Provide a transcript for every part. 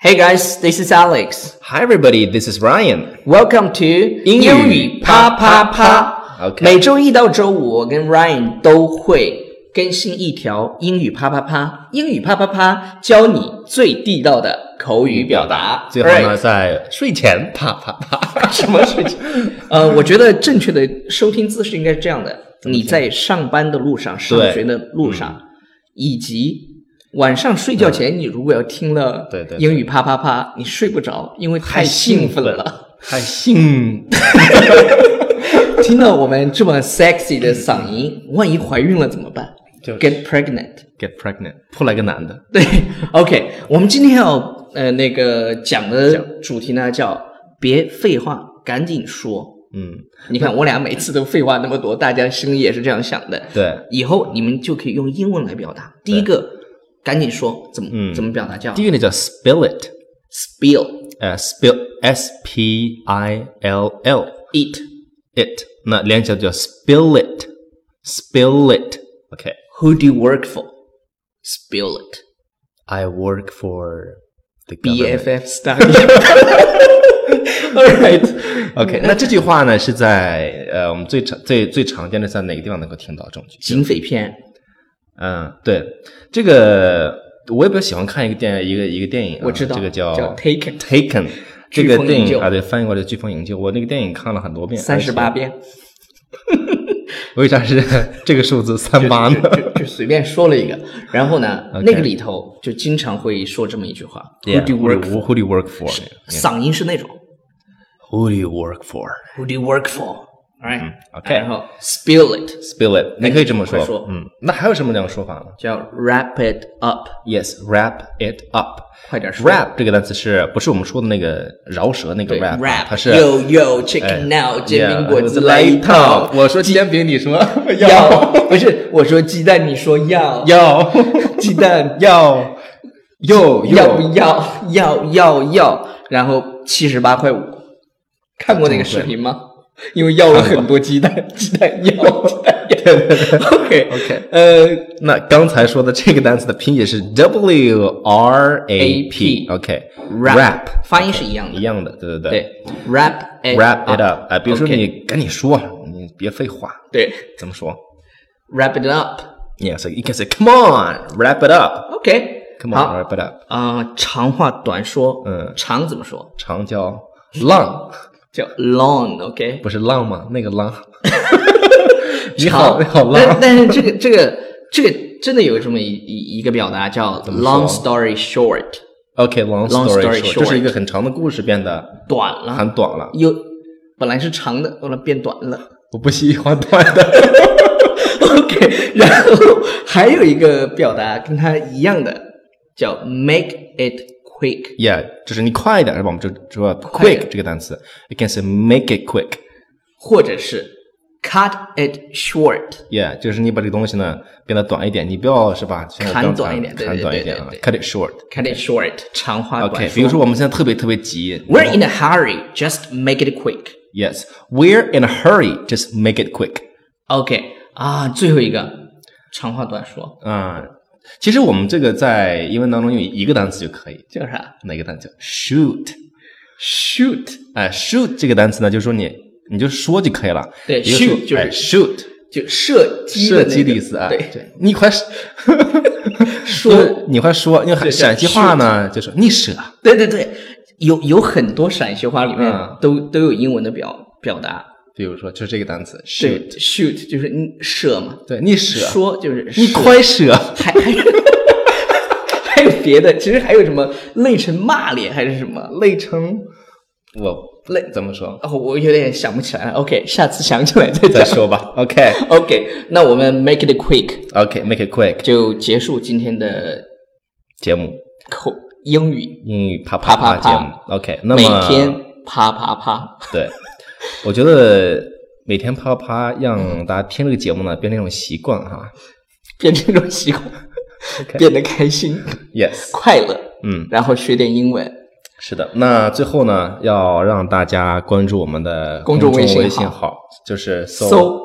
Hey guys, this is Alex. Hi, everybody. This is Ryan. Welcome to 英语英语啪啪啪啪。啪 OK 每周一到周五，我跟 Ryan 都会更新一条英语啪啪啪。英语啪啪啪，教你最地道的口语表达。最后呢， Alright，在睡前啪啪啪。什么事情？呃，我觉得正确的收听姿势应该是这样的：你在上班的路上、上对嗯学的路上，以及。晚上睡觉前，你如果要听了对对对英语啪啪啪，你睡不着，因为太兴奋了。太兴，听到我们这么 sexy 的嗓音，万一怀孕了怎么办就是？Get pregnant。 get pregnant，扑了个男的。对，OK，我们今天要呃那个讲的主题呢叫别废话，赶紧说。嗯，你看我俩每次都废话那么多，大家心里也是这样想的。对，以后你们就可以用英文来表达。第一个，赶紧说，怎么、嗯怎么表达叫第一个呢叫 spill it， spill 呃，spill s p i l l it it，那连起来就叫 spill it，spill it。OK，I who do you work for spill it work for the government。 BFF study。All right。 OK，那这句话呢是在呃我们最常最最常见的在哪个地方能够听到这种句？警匪片，嗯，对，这个我也比较喜欢看一个电一个一个电影啊、我知道，这个叫叫 Taken Taken 这飓个风电营救影啊，对，翻译过来《飓风营救》，我那个电影看了很多遍，三十八遍，而且为啥是这个数字三八呢？就就随便说了一个。然后呢 OK 那个里头就经常会说这么一句话 Yeah, Who do you work？ who who do you work for? for？” 嗓音是那种 Who do you work for? ，“Who do you work for？”，right？嗯 OK 然后 “spill it” Spill it，你可以这么说。快说嗯，那还有什么两种说法呢叫 “wrap it up”， ？Yes, wrap it up. 快点说 Wrap 这个单词是不是我们说的那个饶舌那个对 wrap？啊 wrap，它是哎 yo yo chicken now，煎饼果子来来一一套套。。我说煎饼，你说要不是我说鸡蛋，你说要要 鸡蛋要又要不要要要要，然后七十八块五，看过那个视频吗？因为要了很多鸡 蛋，鸡蛋要，鸡蛋要。OK OK 呃 那刚才说的这个单词的拼写是 W R A P P，OK， ，rap 发音是一样的一，样的，对对对对，rap it ，wrap it up，哎，比如说 OK 你赶紧说，你别废话，对怎么说，wrap it up，OK，、 ？Yes，you can say come on，wrap it up，come 好 on，wrap it up，啊、长话短说，嗯长怎么说？长焦浪叫 long，OK，、不是浪吗？那 个浪，你长好，你好但浪，但是这个这个这个真的有这么一一一个表达叫 long story short， OK，long Long story story short short，这是一个很长的故事变得短了，很短了，有本来是长的，后来变短了。我不喜欢短的。 OK，然 后还有一个表达跟它一样的，叫 make it quick。 Yeah，就是你快一点是吧？我们就说快一点 quick 这个单词，you can say make it quick。或者是 cut it short， Yeah，就是你把这个东西呢变得短一点，你不要是吧？像我砍刚才短一点对砍对短对一点啊对对，cut it short。 cut it short，长话短 OK，说。比如说我们现在特别特别急 We're in a hurry, just make it quick。 ，Yes，we're in a hurry，just make it quick。 OK，啊，最后一个长话短说啊，其实我们这个在英文当中用一个单词就可以，叫啥哪个单词？shoot。 ？Shoot，哎，shoot 这个单词呢，就是说你你就说就可以了。对你说，shoot 就是哎 shoot。就射击的射那个击的意思啊。对，你快 说，你快说，因为陕西话呢，就说你舍，对对对，有有很多陕西话里面嗯都、都有英文的表表达。比如说就是这个单词对 shoot， shoot 就是你射嘛，对你舍，说就是你射快舍，还还 还有别的，其实还有什么累成骂咧还是什么？累成我累怎 么说？哦，我有点想不起来了。OK，下次想起来再再讲。说吧。OK OK，那我们 make it quick， OK，make it quick 就结束今天的节目口英语，英语啪啪啪啪啪啪节目 OK，那每么天啪啪啪。对，我觉得。每天啪啪，让大家听这个节目呢，变成一种习惯哈。变成一种习惯 OK 变得开心、 Yes，快乐，嗯，然后学点英文。是的，那最后呢，要让大家关注我们的公众公众微信号信号，就是搜搜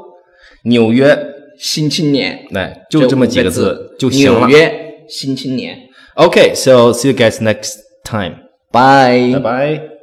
纽约，新青年，哎，就这么几个就五字就行了纽。约新青年。 OK，so、see you guys next time。拜拜拜。